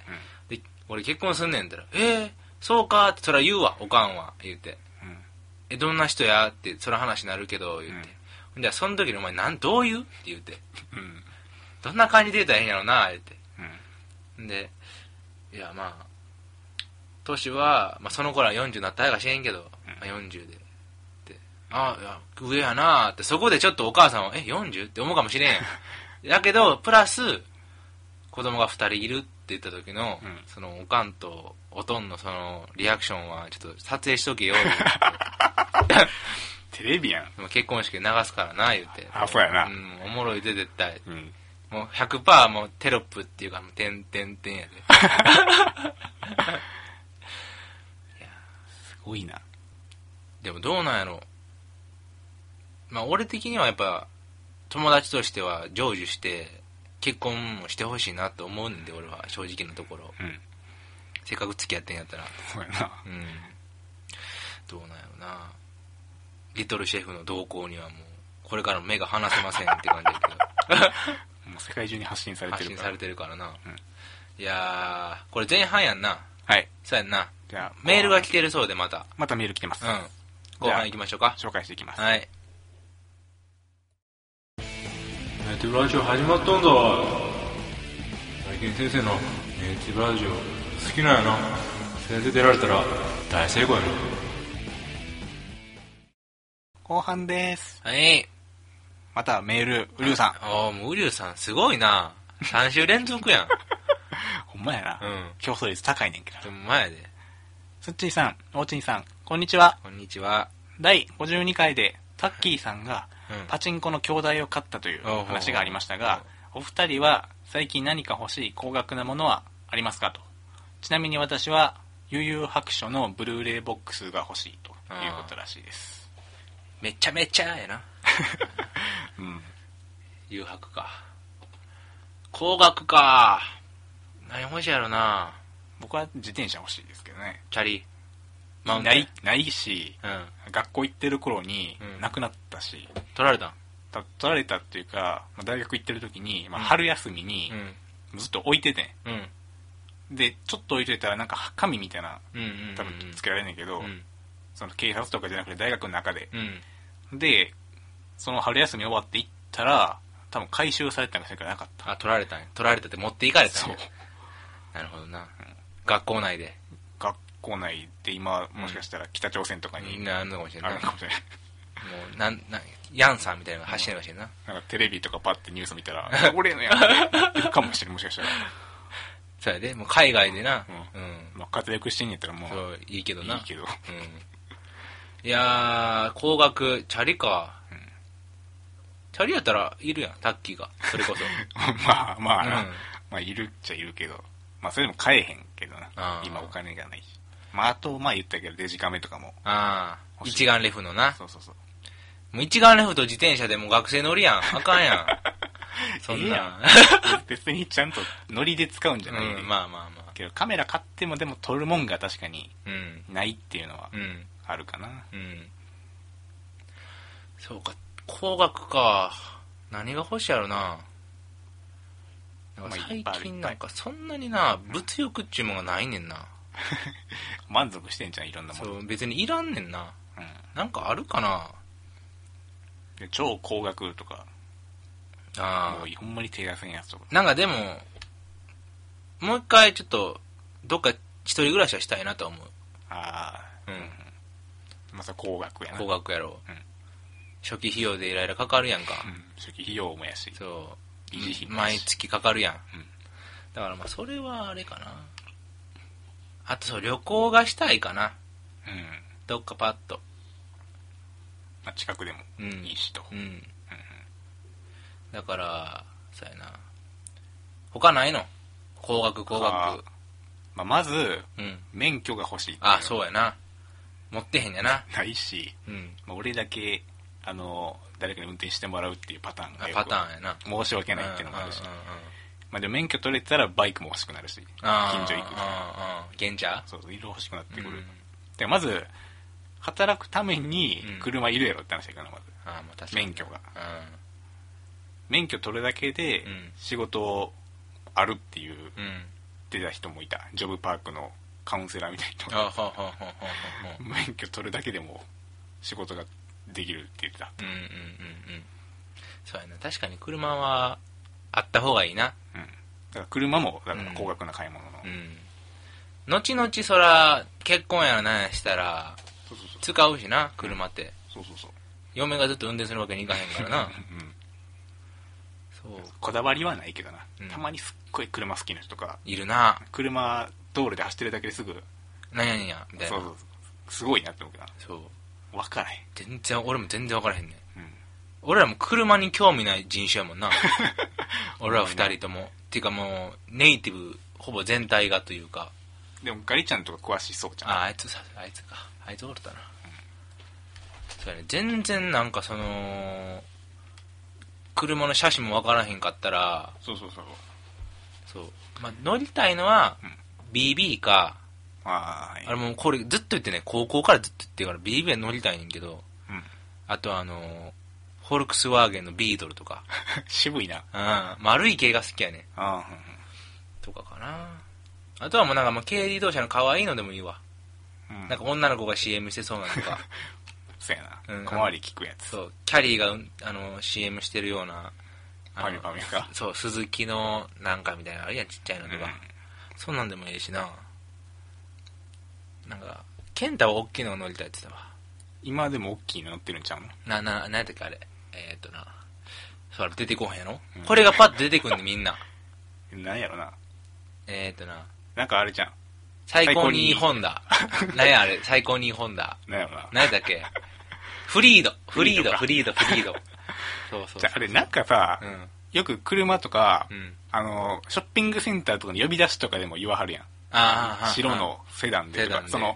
Speaker 2: で俺結婚すんねんって言ったら「えー、そうか」ってそら言うわおかんは言うて
Speaker 1: うんうん
Speaker 2: 「えどんな人や?」ってそら話になるけど言うて、
Speaker 1: うん
Speaker 2: ほんでその時に「お前なんどう言う?」って言うて
Speaker 1: うん
Speaker 2: 「どんな感じで言うたらええんやろな」言うて
Speaker 1: うん
Speaker 2: んでいやまあ年は、まあ、その頃は40になったやか知らんけど、
Speaker 1: うん
Speaker 2: まあ、40でってあいや上やなってそこでちょっとお母さんは「え40?」って思うかもしれんや
Speaker 1: *laughs*
Speaker 2: んやけどプラス子供が2人いるって言った時の、
Speaker 1: うん
Speaker 2: そのおかんとおとんのそのリアクションはちょっと撮影しとけ
Speaker 1: *laughs*
Speaker 2: よ
Speaker 1: テレビやん
Speaker 2: でも結婚式で流すからな言って、
Speaker 1: あそうやなん
Speaker 2: おもろいで絶対
Speaker 1: うん
Speaker 2: もう100%もうテロップっていうかもう点点点やで
Speaker 1: すごいな
Speaker 2: でもどうなんやろまあ俺的にはやっぱ友達としては成就して結婚もしてほしいなと思うんで俺は正直なところ
Speaker 1: うん
Speaker 2: せっかく付き合ってんやったら
Speaker 1: そうやな
Speaker 2: うんどうなんやろなリトルシェフの動向にはもうこれからも目が離せませんって感じだ
Speaker 1: *laughs*
Speaker 2: けど
Speaker 1: もう世界中に発信されてる
Speaker 2: 発信
Speaker 1: から
Speaker 2: されてるからな、
Speaker 1: うん
Speaker 2: いやーこれ前半やんな
Speaker 1: はい
Speaker 2: そうやんな
Speaker 1: じゃあ
Speaker 2: メールが来てるそうでまた
Speaker 1: またメール来てます、
Speaker 2: うん後半行きましょうか
Speaker 1: 紹介していきます
Speaker 2: はい
Speaker 3: ネイティブラジオ始まったんだわ最近先生のネイティブラジオ好きなんやな先生出られたら大成功やな
Speaker 1: 後半です
Speaker 2: はい
Speaker 1: またメールうるうさん
Speaker 2: ああもうウリュウさんすごいな3週連続やん
Speaker 1: ほんまやな、
Speaker 2: うん
Speaker 1: 競争率高いねんけど
Speaker 2: でも前やで
Speaker 1: すっちーさんおうちんさんこんにちは
Speaker 2: こんにちは
Speaker 1: 第52回でタッキーさんが
Speaker 2: うん
Speaker 1: パチンコの兄弟を買ったという
Speaker 2: あほう
Speaker 1: 話がありましたがお二人は最近何か欲しい高額なものはありますかとちなみに私は悠々白書のブルーレイボックスが欲しいということらしいです
Speaker 2: めっちゃめっちゃやな
Speaker 1: うん
Speaker 2: 誘白か高額か何欲しいやろな
Speaker 1: 僕は自転車欲しいですけどね
Speaker 2: チャリマウンテ
Speaker 1: な
Speaker 2: ン
Speaker 1: いないし
Speaker 2: うん
Speaker 1: 学校行ってる頃に
Speaker 2: うん
Speaker 1: なくなったし、
Speaker 2: 取られたん
Speaker 1: た取られたっていうか、まあ、大学行ってる時に、まあ、春休みに
Speaker 2: う
Speaker 1: ずっと置いててん
Speaker 2: んうん
Speaker 1: でちょっと置いといたらなんか紙みたいな
Speaker 2: うんうんうん
Speaker 1: 多分つけられんねんけど、
Speaker 2: うん
Speaker 1: その警察とかじゃなくて大学の中で、
Speaker 2: うん
Speaker 1: でその春休み終わって行ったら多分回収されてたんかしらなかった
Speaker 2: あ取られたんや取られたって持っていかれたんや
Speaker 1: そう
Speaker 2: なるほどな、学校内で
Speaker 1: 学校内で今もしかしたら北朝鮮とか
Speaker 2: みん
Speaker 1: に
Speaker 2: なあるのかもしれん
Speaker 1: あ
Speaker 2: *laughs* ない
Speaker 1: るか
Speaker 2: も
Speaker 1: もしれない、
Speaker 2: うなんなんヤンさんみたいなのが走ってるらしいな。
Speaker 1: なんかテレビとかパッてニュース見たら、あ俺のやついるかもしれん、もしかしたら。
Speaker 2: そうやで、もう海外でな。う。
Speaker 1: うんまあ、活躍してんやったらも、
Speaker 2: そうう、いいけど
Speaker 1: い
Speaker 2: な。
Speaker 1: いけど。 *laughs*
Speaker 2: うん。いやー、高額、チャリか。チャリやったらいるやん、タッキーが。それこ *laughs* そ。
Speaker 1: まあまあな、
Speaker 2: うん
Speaker 1: まあいるっちゃいるけど、まあそれでも買えへんけど
Speaker 2: あ
Speaker 1: な
Speaker 2: ー。
Speaker 1: 今お金がないし。まああと、まあ言ったけど、デジカメとか
Speaker 2: *laughs*
Speaker 1: も。
Speaker 2: ああ、
Speaker 1: 欲しい
Speaker 2: 一眼レフのな。
Speaker 1: そうそうそう。
Speaker 2: もう一眼レフと自転車でもう学生乗りやん。あか *laughs* んやん。そんなん。
Speaker 1: 別にちゃんとノリで使うんじゃないで、
Speaker 2: うん、まあまあまあ。
Speaker 1: けどカメラ買ってもでも撮るもんが確かに
Speaker 2: うん。
Speaker 1: ないっていうのは
Speaker 2: うん。
Speaker 1: あるかな。
Speaker 2: うん。そうか、高額か。何が欲しいやろな。なん
Speaker 1: ま
Speaker 2: か
Speaker 1: あい
Speaker 2: 最
Speaker 1: っぱいある
Speaker 2: 近
Speaker 1: いっぱ
Speaker 2: ないんかそんなにな、物欲っちゅうもんがないねんな。
Speaker 1: 満足してんじゃん、いろんなも
Speaker 2: そ
Speaker 1: の。
Speaker 2: う、別にいらんねんな。
Speaker 1: うん
Speaker 2: なんかあるかな。
Speaker 1: で超高額とか、
Speaker 2: あ
Speaker 1: もうほんまに手出せんやつとか。
Speaker 2: あ。なんかでも、もう一回ちょっと、どっか一人暮らしはしたいなとは思う。
Speaker 1: ああ、
Speaker 2: うん。
Speaker 1: まあそれ高額やな。
Speaker 2: 高額やろ、
Speaker 1: うん
Speaker 2: 初期費用でイライラかかるやんか、
Speaker 1: うん。初期費用もやし。
Speaker 2: そ
Speaker 1: 維持費
Speaker 2: う
Speaker 1: もや
Speaker 2: 毎
Speaker 1: し。
Speaker 2: 月かかるやん、
Speaker 1: うん
Speaker 2: だからまあそれはあれかなあとそう旅行がしたいかな
Speaker 1: うん。
Speaker 2: どっかパッと
Speaker 1: まあ近くでも
Speaker 2: うん
Speaker 1: いいしと。
Speaker 2: うん、だからそうやな他ないの高額高
Speaker 1: あ
Speaker 2: 額
Speaker 1: まあまず、
Speaker 2: うん
Speaker 1: 免許が欲しいっていうの
Speaker 2: あそうやな持ってへんやな
Speaker 1: ないし、
Speaker 2: うん
Speaker 1: まあ、俺だけあの誰かに運転してもらうっていうパターン
Speaker 2: あ
Speaker 1: がよく
Speaker 2: パターンやな
Speaker 1: 申し訳ないっていうのもあるし、
Speaker 2: うんうんうんうん
Speaker 1: まあ、でも免許取れてたらバイクも欲しくなるし近
Speaker 2: あー
Speaker 1: 所行くから
Speaker 2: あーあー現者
Speaker 1: そうそういろいろ欲しくなってくる、
Speaker 2: うん
Speaker 1: でまず働くために
Speaker 2: うん
Speaker 1: 車いるやろって話やからまず
Speaker 2: ああもう確かに
Speaker 1: 免許が
Speaker 2: うん
Speaker 1: 免許取るだけで
Speaker 2: うん
Speaker 1: 仕事をあるっていう
Speaker 2: うん。
Speaker 1: 出た人もいたジョブパークのカウンセラーみたいな人
Speaker 2: あはははははは。
Speaker 1: 免許取るだけでも仕事ができるって言ってた
Speaker 2: うんうんうんうん。そうやな。確かに車はあった方がいいな。
Speaker 1: うんだから車もだから高額な買い物の、
Speaker 2: うん。後々そら、結婚やらなんやしたら、
Speaker 1: そうそうそう
Speaker 2: 使うしな、車って。
Speaker 1: そうそうそう
Speaker 2: 嫁がずっと運転するわけにいかへんから
Speaker 1: *laughs*
Speaker 2: な。
Speaker 1: うん
Speaker 2: そう。
Speaker 1: こだわりはないけどな、
Speaker 2: うん
Speaker 1: たまにすっごい車好きな人とか
Speaker 2: いるな。
Speaker 1: 車道路で走ってるだけですぐ
Speaker 2: なんやねんや、みたい
Speaker 1: そう
Speaker 2: な
Speaker 1: そ。うすごいなって思うけどな
Speaker 2: そう。
Speaker 1: 分からへん、
Speaker 2: 全然、俺も全然分からへんねん。
Speaker 1: うん
Speaker 2: 俺らも車に興味ない人種やもんな。俺ら二人とも。っていうかもう、ネイティブ、ほぼ全体がというか。
Speaker 1: でもガリちゃんとか詳しそうじゃん
Speaker 2: ああいつさあいつかあいつおったな、そうやね全然なんかその車の車種も分からへんかったら
Speaker 1: そうそうそう
Speaker 2: そう、まあ、乗りたいのは
Speaker 1: うん
Speaker 2: BB か
Speaker 1: ああ
Speaker 2: あれもうこれずっと言ってね高校からずっと言ってるから BB は乗りたいねんけど
Speaker 1: うん、
Speaker 2: あとあのーフォルクスワーゲンのビートル
Speaker 1: *laughs*
Speaker 2: とか、
Speaker 1: *laughs* 渋いな
Speaker 2: うん、丸い系が好きやねん
Speaker 1: ああ
Speaker 2: とかかなあとはもうなんかまあ軽自動車の可愛いのでもいいわ、
Speaker 1: うんうん
Speaker 2: なんか女の子が CM してそうなのとか
Speaker 1: そうやな、
Speaker 2: うん
Speaker 1: 小回り聞くやつ
Speaker 2: そう、キャリーがうんあの CM してるような、あ
Speaker 1: パミ
Speaker 2: の
Speaker 1: ュパミュか
Speaker 2: そう、鈴木のなんかみたいなのあるやん、ちっちゃいのとか。
Speaker 1: うん
Speaker 2: そんなんでもいいしな。なんか、ケンタは大きいのが乗りたいって言ってたわ。
Speaker 1: 今でも大きいの乗ってるんちゃうの
Speaker 2: な、な、なんやったっけあれ。えー、っとな。そう、あれ出てこへんやろ、
Speaker 1: うん
Speaker 2: これがパッと出てくんで、みんな。
Speaker 1: なんやろな
Speaker 2: えー、っとな。
Speaker 1: なんかあれじゃん
Speaker 2: 最高にいい
Speaker 1: 最高
Speaker 2: ホンダ。なんやあれ、最高にいいホンダ。
Speaker 1: なんやろな
Speaker 2: なんやったっけフリード。フリード、フ
Speaker 1: フ
Speaker 2: リード、フリード。そうそう
Speaker 1: じゃ
Speaker 2: そう
Speaker 1: ああれなんかさ、
Speaker 2: うん。
Speaker 1: よく車とか、
Speaker 2: うん。
Speaker 1: あのショッピングセンターとかに呼び出しとかでも言わはるやん
Speaker 2: あーあー、
Speaker 1: 白のセダンで
Speaker 2: セ
Speaker 1: と
Speaker 2: ダ
Speaker 1: か
Speaker 2: ンで。
Speaker 1: その
Speaker 2: うん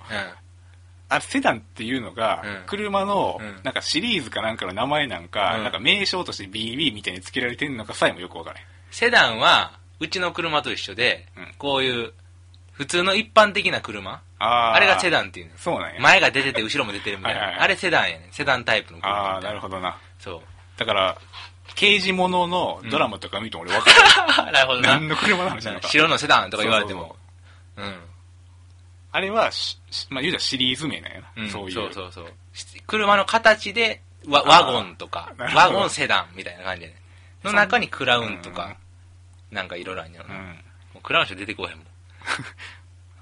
Speaker 1: あセダンっていうのが、
Speaker 2: うん
Speaker 1: 車の
Speaker 2: うん
Speaker 1: なんかシリーズかなんかの名前なんか,、
Speaker 2: うん
Speaker 1: なんか名称として BB みたいに付けられてんのかさえもよくわからへん
Speaker 2: セダンは、うちの車と一緒で、
Speaker 1: うん
Speaker 2: こういう、普通の一般的な車、
Speaker 1: あ
Speaker 2: あ
Speaker 1: あ
Speaker 2: れがセ
Speaker 1: ン
Speaker 2: ダンっていうねん
Speaker 1: そうなんや、
Speaker 2: 前が出てて後ろも出てるみたいな。
Speaker 1: はいはいはい
Speaker 2: あれセダンやねんセダンタイプの車みたい
Speaker 1: ああなるほどな
Speaker 2: そう。
Speaker 1: だから刑事もののドラマとか見ても俺わかる、 *laughs*
Speaker 2: なるほどな。
Speaker 1: 何の車なのじゃなん
Speaker 2: な
Speaker 1: い
Speaker 2: か
Speaker 1: か
Speaker 2: 白のセダンとか言われて
Speaker 1: そう
Speaker 2: も
Speaker 1: そう。
Speaker 2: うん。
Speaker 1: あれはし、しまあ、言うたらシリーズ名なんやな、
Speaker 2: うん
Speaker 1: そういう
Speaker 2: そうそうそうし車の形で、ワワゴンとか、
Speaker 1: なるほど
Speaker 2: ワゴンセダンみたいな感じやねんの中にクラウンとか、なんかいろいろあるんやろ
Speaker 1: う
Speaker 2: な。も
Speaker 1: ん
Speaker 2: うクラウンしか出てこへんもん。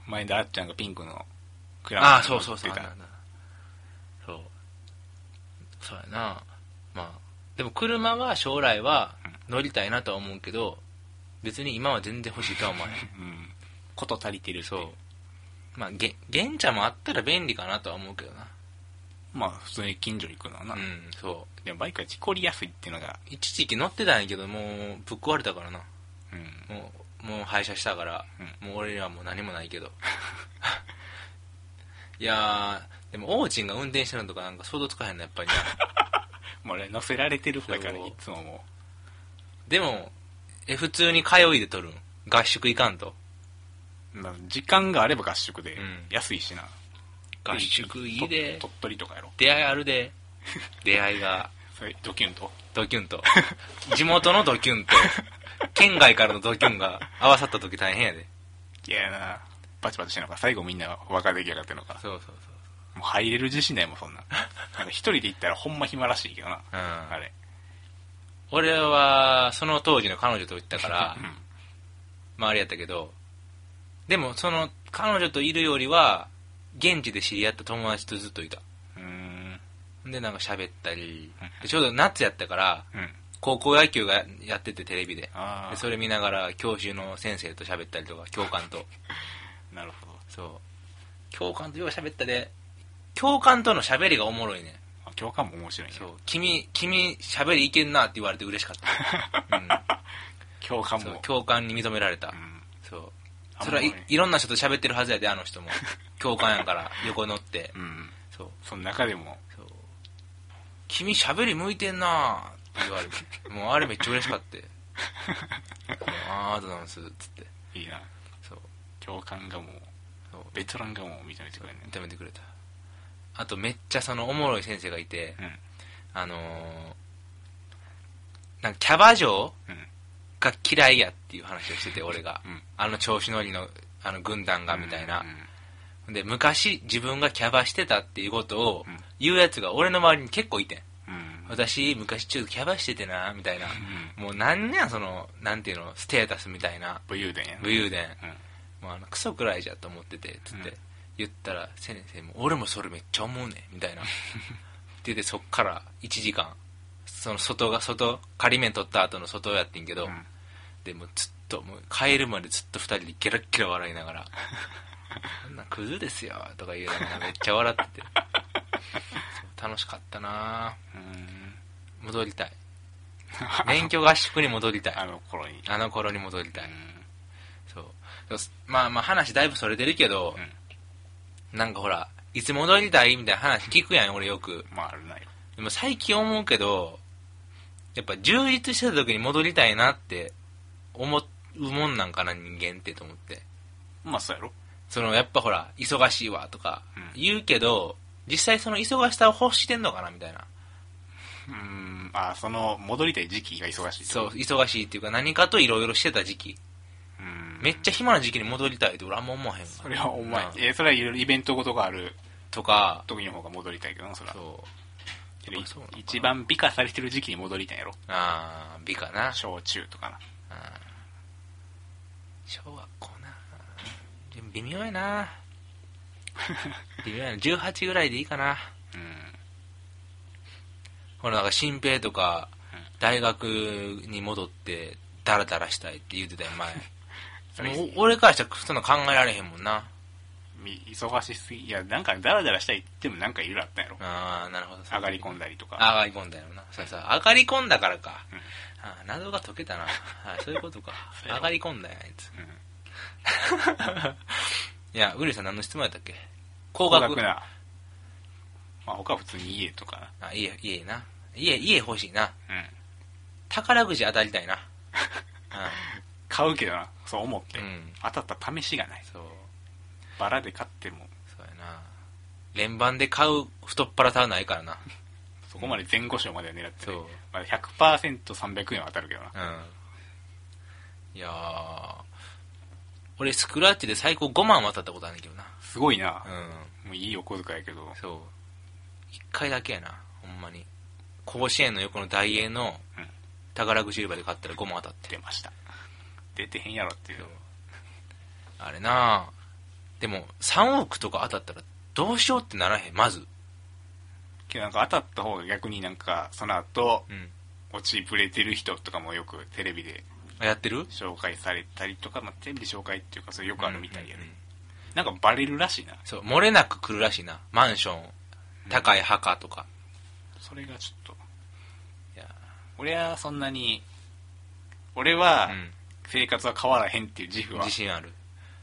Speaker 1: 前田あっちゃんがピンクのクラウン
Speaker 2: ああそうそうそう
Speaker 1: 乗っ
Speaker 2: あ
Speaker 1: てた
Speaker 2: んなんだそうそうやなまあでも車は将来は乗りたいなとは思うけど別に今は全然欲しいとは思わない
Speaker 1: うんこと足りてるってい
Speaker 2: そうまあげ現茶もあったら便利かなとは思うけどな
Speaker 1: まあ普通に近所行くのはな、
Speaker 2: うんそう
Speaker 1: でもバイクは事故りやすいっていうのが、
Speaker 2: 一時期乗ってたんやけどもうぶっ壊れたからな
Speaker 1: うん
Speaker 2: もうもう廃車したから、もう俺らはもう何もないけど *laughs* いやーでもオーチンが運転してるのとかなんか想像つかへんのやっぱりな
Speaker 1: もう俺乗せられてる方やから
Speaker 2: そう
Speaker 1: いつももう
Speaker 2: でもえ普通に通いで撮るん合宿行かんと
Speaker 1: な時間があれば合宿で、
Speaker 2: うん
Speaker 1: 安いしな
Speaker 2: 合宿いいで
Speaker 1: と鳥取とかやろ
Speaker 2: 出会いあるで出会いが
Speaker 1: それドキュンと
Speaker 2: ドキュン *laughs* と地元のドキュンと県外からのドキュンが合わさった時大変やで
Speaker 1: いやなバチバチしてんのか最後みんな若手ギャラってのか
Speaker 2: そうそうそう
Speaker 1: もう入れる自信ないもんそんななんか一人で行ったらほんま暇らしいけどな、
Speaker 2: うん
Speaker 1: あれ
Speaker 2: 俺はその当時の彼女と行ったから
Speaker 1: うん
Speaker 2: まああれやったけどでもその彼女といるよりは現地で知り合った友達とずっといた
Speaker 1: *laughs* うーん
Speaker 2: でなんか喋ったりでちょうど夏やったから
Speaker 1: うん
Speaker 2: 高校野球がやっててテレビで
Speaker 1: ああ
Speaker 2: でそれ見ながら教習の先生と喋ったりとか教官と
Speaker 1: なるほど
Speaker 2: そう教官とよう喋ったで教官との喋りがおもろいね
Speaker 1: あ教官も面白いね
Speaker 2: そう君君喋りいけんなって言われて嬉しか
Speaker 1: *laughs*
Speaker 2: った、うん、
Speaker 1: 教官
Speaker 2: そう
Speaker 1: も
Speaker 2: 教官に認められた、
Speaker 1: うん
Speaker 2: そう
Speaker 1: あん
Speaker 2: そ
Speaker 1: ま
Speaker 2: れは
Speaker 1: り
Speaker 2: いいろんな人と喋ってるはずやであ
Speaker 1: *laughs*
Speaker 2: の人も教官やから横乗って、
Speaker 1: うん
Speaker 2: そう
Speaker 1: その中でも
Speaker 2: そう君喋り向いてんなって言われてもうあれめっちゃ嬉し
Speaker 1: *laughs*
Speaker 2: かったああありがとうございますっつって
Speaker 1: いいな
Speaker 2: そう
Speaker 1: 教官がもう
Speaker 2: そう
Speaker 1: ベテランがもう認めてくれるね
Speaker 2: 認めてくれたあとめっちゃそのおもろい先生がいて、あのーなんかキャバ嬢
Speaker 1: うん
Speaker 2: が嫌いやっていう話をしてて、俺が。
Speaker 1: うん
Speaker 2: あの調子乗りの、あの軍団が
Speaker 1: うん
Speaker 2: みたいな
Speaker 1: う。ん
Speaker 2: で、昔自分がキャバしてたっていうことを
Speaker 1: うん
Speaker 2: 言うやつが俺の周りに結構いてん。
Speaker 1: うん
Speaker 2: 私、昔ちょっとキャバしててな、みたいな。もうなんねや、その、なんていうの、ステータスみたいな。
Speaker 1: 武勇伝やな
Speaker 2: 武勇伝。
Speaker 1: うん
Speaker 2: もうあのクソくらいじゃと思っててつって、
Speaker 1: うん
Speaker 2: 言ったら先生も「俺もそれめっちゃ思うねん」みたいな *laughs* って言ってそっから1時間その外が外仮面取った後の外やってんけど、
Speaker 1: うん
Speaker 2: でもうずっともう帰るまでずっと2人でゲラッゲラ笑いな
Speaker 1: *laughs*
Speaker 2: がら「こんなんクズですよ」とか言うのがめっちゃ笑っててそう楽しかったなぁ
Speaker 1: うーん
Speaker 2: 戻りたい
Speaker 1: *laughs*
Speaker 2: 勉強合宿に戻りたい
Speaker 1: あの頃に
Speaker 2: あの頃に戻りた
Speaker 1: う
Speaker 2: い、
Speaker 1: ん
Speaker 2: そうそうすまあまあ話だいぶそれてるけど、なんかほらいつ戻りたいみたいな話聞くやん俺よく
Speaker 1: まああるなよ
Speaker 2: でも最近思うけどやっぱ充実してた時に戻りたいなって思うもんなんかな人間ってと思って
Speaker 1: まあそうやろ
Speaker 2: そのやっぱほら忙しいわとか
Speaker 1: うん
Speaker 2: 言うけど、実際その忙しさを欲してんのかなみたいな
Speaker 1: うーんああその戻りたい時期が忙しいって
Speaker 2: そう
Speaker 1: こ
Speaker 2: 忙しいっていうか何かといろいろしてた時期
Speaker 1: とうん
Speaker 2: めっちゃ暇な時期に戻りたいって俺あんま思わへん
Speaker 1: それはお前
Speaker 2: な
Speaker 1: えーそれはいろいろイベントごとがある
Speaker 2: とか
Speaker 1: 時の方が戻りたいけどなそれは
Speaker 2: そう
Speaker 1: けどい
Speaker 2: あそうなのかな
Speaker 1: 一番美化されてる時期に戻りたいんやろ
Speaker 2: ああ美かな
Speaker 1: 小中とかな
Speaker 2: 小学校なでも微妙
Speaker 1: *laughs*
Speaker 2: やな微妙やな18ぐらいでいいかな
Speaker 1: うん
Speaker 2: ほらなんか新兵とか
Speaker 1: うん
Speaker 2: 大学に戻ってダラダラしたいって言ってたよ
Speaker 1: *laughs* それ
Speaker 2: 前もうお俺からしたらそんな考えられへんもんな
Speaker 1: み忙しすぎいやなんかダラダラしたいって言ってもなんかいろいろあったんやろ
Speaker 2: ああなるほど
Speaker 1: 上がり込んだりとか
Speaker 2: 上がり込んだよなそうそう上がり込んだからか、
Speaker 1: うん
Speaker 2: あー謎が解けたなあーそういうことか
Speaker 1: *laughs* そうやろ
Speaker 2: 上がり込んだよあいつ
Speaker 1: うん
Speaker 2: *laughs* いやウリさん何の質問やったっけ高
Speaker 1: 高
Speaker 2: 額
Speaker 1: 額なまあ他は普通に家とか
Speaker 2: あ家家な家家欲しいな
Speaker 1: なうん
Speaker 2: 宝くじ当たりた
Speaker 1: *laughs*
Speaker 2: いなう
Speaker 1: 買うけどなそう思って、
Speaker 2: うん
Speaker 1: 当たった試しがない
Speaker 2: んそう
Speaker 1: バラで買っても
Speaker 2: そうやな連番で買う太っ腹たはないからな
Speaker 1: そこまで前後賞までは狙って、ね
Speaker 2: そう
Speaker 1: まあ、100%300 円は当たるけどな
Speaker 2: うんいやー俺スクラッチで最高5万渡ったことあるんだけどな
Speaker 1: すごいな
Speaker 2: う、ん
Speaker 1: もういいお小遣いやけど
Speaker 2: そう1回だけやなほんまに甲子園の横の大英の
Speaker 1: うん
Speaker 2: 宝くじ売り場で買ったら5万当たって
Speaker 1: 出ました出てへんやろっていう
Speaker 2: そうあれなでも3億とか当たったらどうしようってならへんまず
Speaker 1: けどなんか当たった方が逆になんかその後
Speaker 2: うん
Speaker 1: 落ちぶれてる人とかもよくテレビで
Speaker 2: あやってる
Speaker 1: 紹介されたりとか、まあ、テレビで紹介っていうかそれよくあるみたいやね、
Speaker 2: うんうんうん
Speaker 1: なんかバレるらしいな
Speaker 2: そう漏れなく来るらしいなマンション高い墓とか、
Speaker 1: それがちょっと
Speaker 2: いや
Speaker 1: 俺はそんなに俺は
Speaker 2: うん
Speaker 1: 生活は変わらへんっていう自負は、
Speaker 2: 自信ある、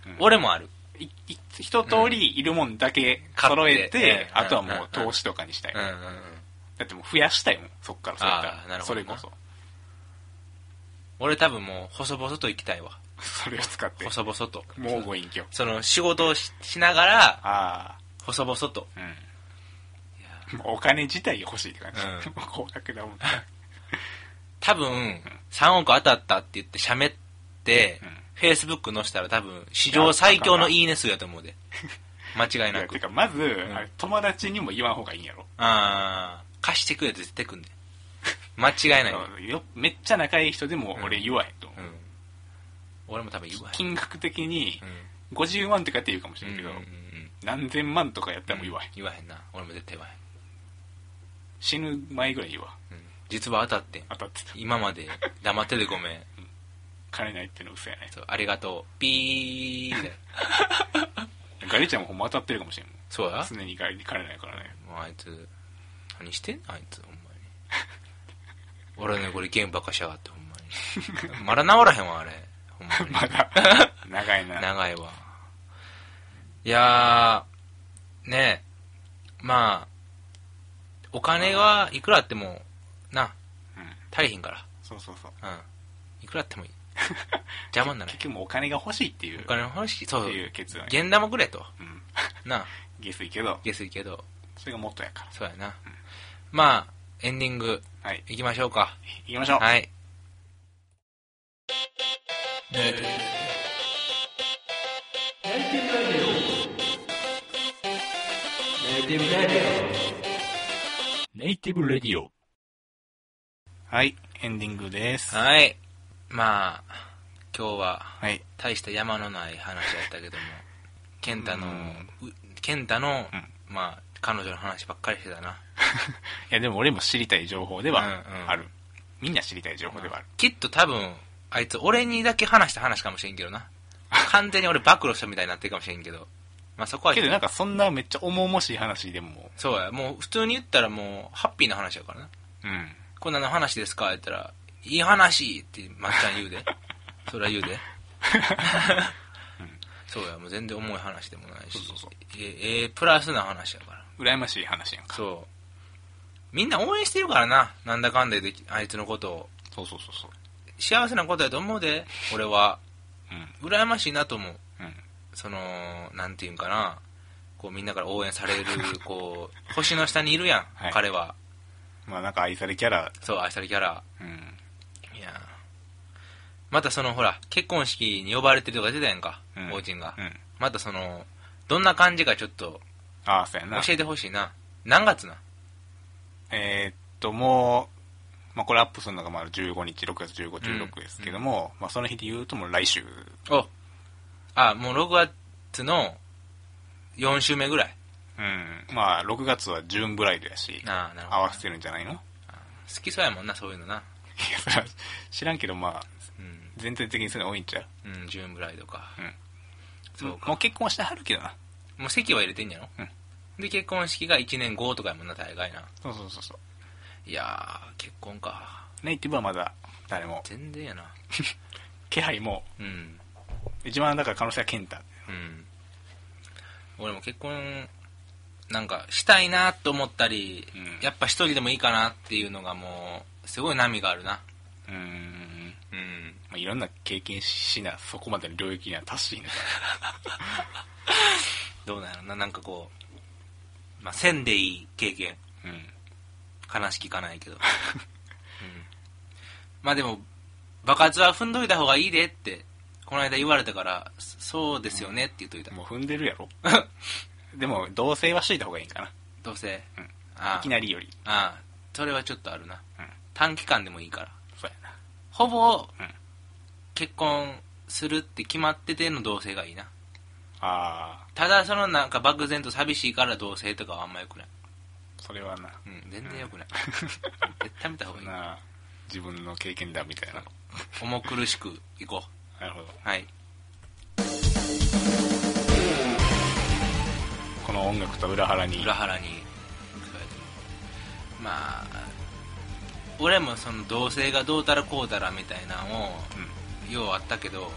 Speaker 1: うん
Speaker 2: 俺もある
Speaker 1: いい一通りいるもんだけ
Speaker 2: 買って
Speaker 1: 揃えて、
Speaker 2: うん
Speaker 1: あとはも
Speaker 2: うん
Speaker 1: う投資とかにしたい、
Speaker 2: うんうんうん
Speaker 1: だってもう増やしたいもんそっからそういった
Speaker 2: あーなるほ
Speaker 1: そ
Speaker 2: ど
Speaker 1: れ
Speaker 2: な
Speaker 1: こそ
Speaker 2: 俺多分もう細々と生きたいわ
Speaker 1: それを使って
Speaker 2: 細々と
Speaker 1: もうご隠居
Speaker 2: その仕事をししながら
Speaker 1: あ
Speaker 2: 細々と
Speaker 1: あうんもうお金自体欲しいって感じ、
Speaker 2: うん
Speaker 1: もう高額
Speaker 2: *laughs*
Speaker 1: だもんね
Speaker 2: 多分3億当たったって言ってしゃべって、
Speaker 1: うん
Speaker 2: Facebook 載せたら多分史上最強のいいね数やと思うで間違い
Speaker 1: いや
Speaker 2: なく
Speaker 1: てかまず、
Speaker 2: ん
Speaker 1: あれ友達にも言わん方がいいんやろ
Speaker 2: ああ貸してくれって絶対来んで間違いない、う
Speaker 1: よめっちゃ仲いい人でも俺言わへんと思う、
Speaker 2: ん、俺も多分言わへん
Speaker 1: 金額的に
Speaker 2: うん
Speaker 1: 50万とかって言うかもしれんけど、
Speaker 2: うんうんうん
Speaker 1: 何千万とかやったらもう言わへん、
Speaker 2: 言わへんな俺も絶対言わへん、
Speaker 1: 死ぬ前ぐらい言うわ
Speaker 2: うん実は当たってん
Speaker 1: 当たってた
Speaker 2: 今まで黙っててごめん
Speaker 1: 金ないっての嘘やね
Speaker 2: そうありがとうピーみたいな
Speaker 1: ガリちゃんもほんま当たってるかもしれんもん
Speaker 2: そうやも
Speaker 1: 常にガリに金ないから *laughs* ね
Speaker 2: うあいつ何してんのあいつほんまに俺のこれゲームばっかしやがってほんまにまだ治らへんわあれほんまに
Speaker 1: ま *laughs* だ長いな
Speaker 2: 長いわいやーねえまあお金はいくらあってもな
Speaker 1: うん
Speaker 2: 足りひんか
Speaker 1: そうそうそう
Speaker 2: らうんいくらあってもいい邪魔にならへん
Speaker 1: 結局もうお金が欲しいっていう
Speaker 2: お金の話そ
Speaker 1: っ
Speaker 2: う
Speaker 1: ていう結論や
Speaker 2: 現玉くれと
Speaker 1: うん
Speaker 2: なあ
Speaker 1: 下水けど
Speaker 2: 下水けど
Speaker 1: それが元やか
Speaker 2: そうやなまあエンディング
Speaker 1: らはい
Speaker 2: いきましょうか
Speaker 1: 行きましょう
Speaker 2: はい
Speaker 4: ネイティブレディオ
Speaker 1: はいエンディングですは
Speaker 2: はいまあ今日はい大した山のない話やったけども健太の
Speaker 1: う
Speaker 2: う健太の
Speaker 1: うん
Speaker 2: まあ彼女の話ばっかりしてたない
Speaker 1: やでも俺も知りたい情報では
Speaker 2: うんうん
Speaker 1: あるみんな知りたい情報ではある
Speaker 2: きっと多分あいつ俺にだけ話した話かもしれんけ
Speaker 1: *laughs*
Speaker 2: どな完全に俺暴露したみたいになってるかもしれんけどまあそこは
Speaker 1: けどなんかそんなめっちゃ重々しい話でも
Speaker 2: そうやもう普通に言ったらもうハッピーな話やからな
Speaker 1: うん
Speaker 2: こんなの話ですか言ったら、いい話ってまっちゃん言
Speaker 1: *laughs*
Speaker 2: うで。それは言うで。そうや、もう全然重い話でもないし。
Speaker 1: そうそうそう
Speaker 2: え、えプラスな話やから。
Speaker 1: 羨ましい話やんか
Speaker 2: そう。みんな応援してるからな。なんだかんだであいつのことを。
Speaker 1: そうそうそうそう
Speaker 2: 幸せなことやと思うで。俺は。
Speaker 1: うん
Speaker 2: 羨ましいなと思う。
Speaker 1: うん
Speaker 2: その、なんていうんかな。こうみんなから応援される、こう、星の下にいるやん。
Speaker 1: はい
Speaker 2: 彼は。
Speaker 1: まあなんか愛されキャラ
Speaker 2: そう、愛されキャラ。
Speaker 1: うん
Speaker 2: いやーまたそのほら結婚式に呼ばれてるとか出てたやんか、
Speaker 1: うん
Speaker 2: 王子が、
Speaker 1: うん
Speaker 2: またそのどんな感じかちょっと
Speaker 1: ああそうやな
Speaker 2: 教えてほしいな何月な
Speaker 1: えーっともう、まあ、これアップするのがまあ15日6月1516ですけども、まあ、その日で言うともう来週
Speaker 2: おあもう6月の4週目ぐらい
Speaker 1: うんまあ6月はジューンブライドやし
Speaker 2: ああなるほど
Speaker 1: 合わせてるんじゃないのい *laughs*
Speaker 2: 好きそうやもんなそういうのな
Speaker 1: やそれは知らんけどまあ
Speaker 2: うん、
Speaker 1: 全体的にそういうの多いんちゃう
Speaker 2: うん、ジューンブライドか、
Speaker 1: うん
Speaker 2: そうか
Speaker 1: もう結婚してはるけどな
Speaker 2: もう席は入れてんやろ、
Speaker 1: うん
Speaker 2: で結婚式が1年後とかやもんな大概な
Speaker 1: そうそうそうそう
Speaker 2: いやー結婚か
Speaker 1: ネイティブはまだ誰も
Speaker 2: 全然やな
Speaker 1: 気配も
Speaker 2: うん
Speaker 1: 一番だから可能性は健太
Speaker 2: うん、俺も結婚なんかしたいなと思ったり、
Speaker 1: うん
Speaker 2: やっぱ一人でもいいかなっていうのがもうすごい波があるな
Speaker 1: うん、
Speaker 2: うん
Speaker 1: まあ、いろんな経験しなそこまでの領域には達していない
Speaker 2: どうなんやろななんかこう、まあ、せんでいい経験
Speaker 1: からうん
Speaker 2: 悲しきかない
Speaker 1: *laughs*
Speaker 2: けど、うん、まあでも爆発は踏んどいた方がいいでってこの間言われたからそそうですよねって言っといた、
Speaker 1: もう踏んでるやろ *laughs* でも同棲はしといた方がいいんかな
Speaker 2: どうせ、
Speaker 1: うん
Speaker 2: ああ
Speaker 1: いきなりより
Speaker 2: ああそれはちょっとあるな、
Speaker 1: うん
Speaker 2: 短期間でもいいから
Speaker 1: そうやな
Speaker 2: ほぼ、
Speaker 1: うん
Speaker 2: 結婚するって決まってての同棲がいいな。
Speaker 1: あ
Speaker 2: ただそのなんか漠然と寂しいから同棲とかはあんまよくない。
Speaker 1: それはな
Speaker 2: うん、全然良くない。絶対見た方がいい。
Speaker 1: な自分の経験だみたいな
Speaker 2: 重苦しく行こ
Speaker 1: なるほど
Speaker 2: う。はい。
Speaker 1: この音楽と裏腹に
Speaker 2: 裏腹に。まあ、俺もその同性がどうたらこうたらみたいなのを、ようあったけど、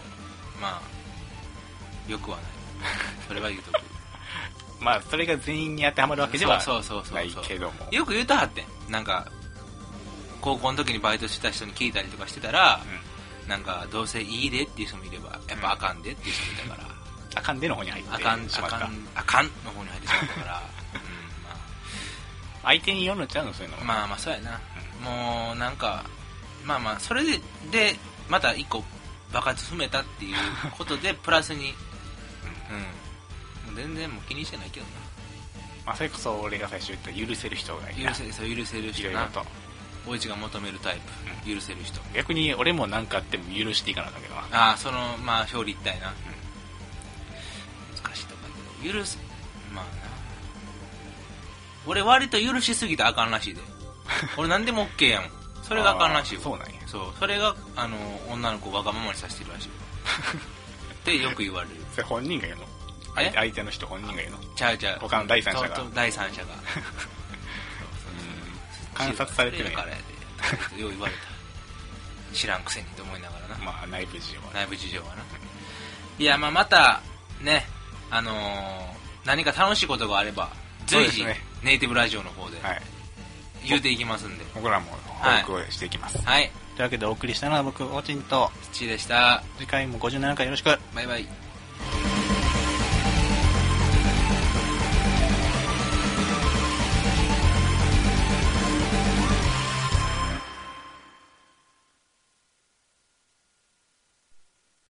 Speaker 2: まあ、よくはない。それは言
Speaker 1: *laughs*
Speaker 2: うとく。
Speaker 1: まあそれが全員に当てはまるわけでは
Speaker 2: そうそうそうそう
Speaker 1: ないけども
Speaker 2: よく言うたはってんなんか高校の時にバイトしてた人に聞いたりとかしてたら、なんかどうせいいでっていう人もいればやっぱあかんでっていう人もいたから、
Speaker 1: あかんでの方に入って
Speaker 2: あかん
Speaker 1: しま
Speaker 2: あ
Speaker 1: った
Speaker 2: かんあかんの方に入ってしまったから、
Speaker 1: 相手によるのちゃうのそういうの
Speaker 2: う
Speaker 1: は
Speaker 2: んまあ、まあまあそうやな、もうなんかまあまあそれででまた一個爆発踏めたっていうこ
Speaker 1: *laughs*
Speaker 2: とでプラスにうん、もう全然もう気にしてないけど
Speaker 1: まあそれこそ俺が最初言った許せる人がいい
Speaker 2: な
Speaker 1: な
Speaker 2: 許せそう許せる
Speaker 1: い
Speaker 2: 人
Speaker 1: ろいろ
Speaker 2: な
Speaker 1: と
Speaker 2: おうちが求めるタイプ、許せる人
Speaker 1: 逆に俺もなんかあっても許していかなきゃいけどな
Speaker 2: ああそのまあ表裏一体な、難しいとこやけど許すまあな俺割と許しすぎたらあかんらし
Speaker 1: *laughs*
Speaker 2: いで俺何でも OK やもんそれがあかんらしい
Speaker 1: あ
Speaker 2: よ
Speaker 1: ーそうなんや
Speaker 2: そうそれがあの女の子をわがままにさせて
Speaker 1: *laughs*
Speaker 2: るらしいよってよく言われる
Speaker 1: それ本人が言うの
Speaker 2: え
Speaker 1: 相相手の人本人が言うの
Speaker 2: ちゃうちゃう
Speaker 1: 他の第三者が
Speaker 2: そうそう第三者が
Speaker 1: *laughs* 観察されてるん
Speaker 2: から
Speaker 1: や
Speaker 2: やでよう言われた知らんくせにと思いながらな
Speaker 1: まあ内部事情は
Speaker 2: 内部事情はな。いや、まあ、また、ね、あのー何か楽しいことがあれば、随時、
Speaker 1: そうですね
Speaker 2: ネイティブラジオの方で
Speaker 1: はい
Speaker 2: 言うていきますんで。
Speaker 1: 僕らも報告をしていきます、
Speaker 2: はい、
Speaker 1: というわけでお送りしたのは僕オチンと
Speaker 2: 土、でした。
Speaker 1: 次回も57回よろしく
Speaker 2: バイバイ。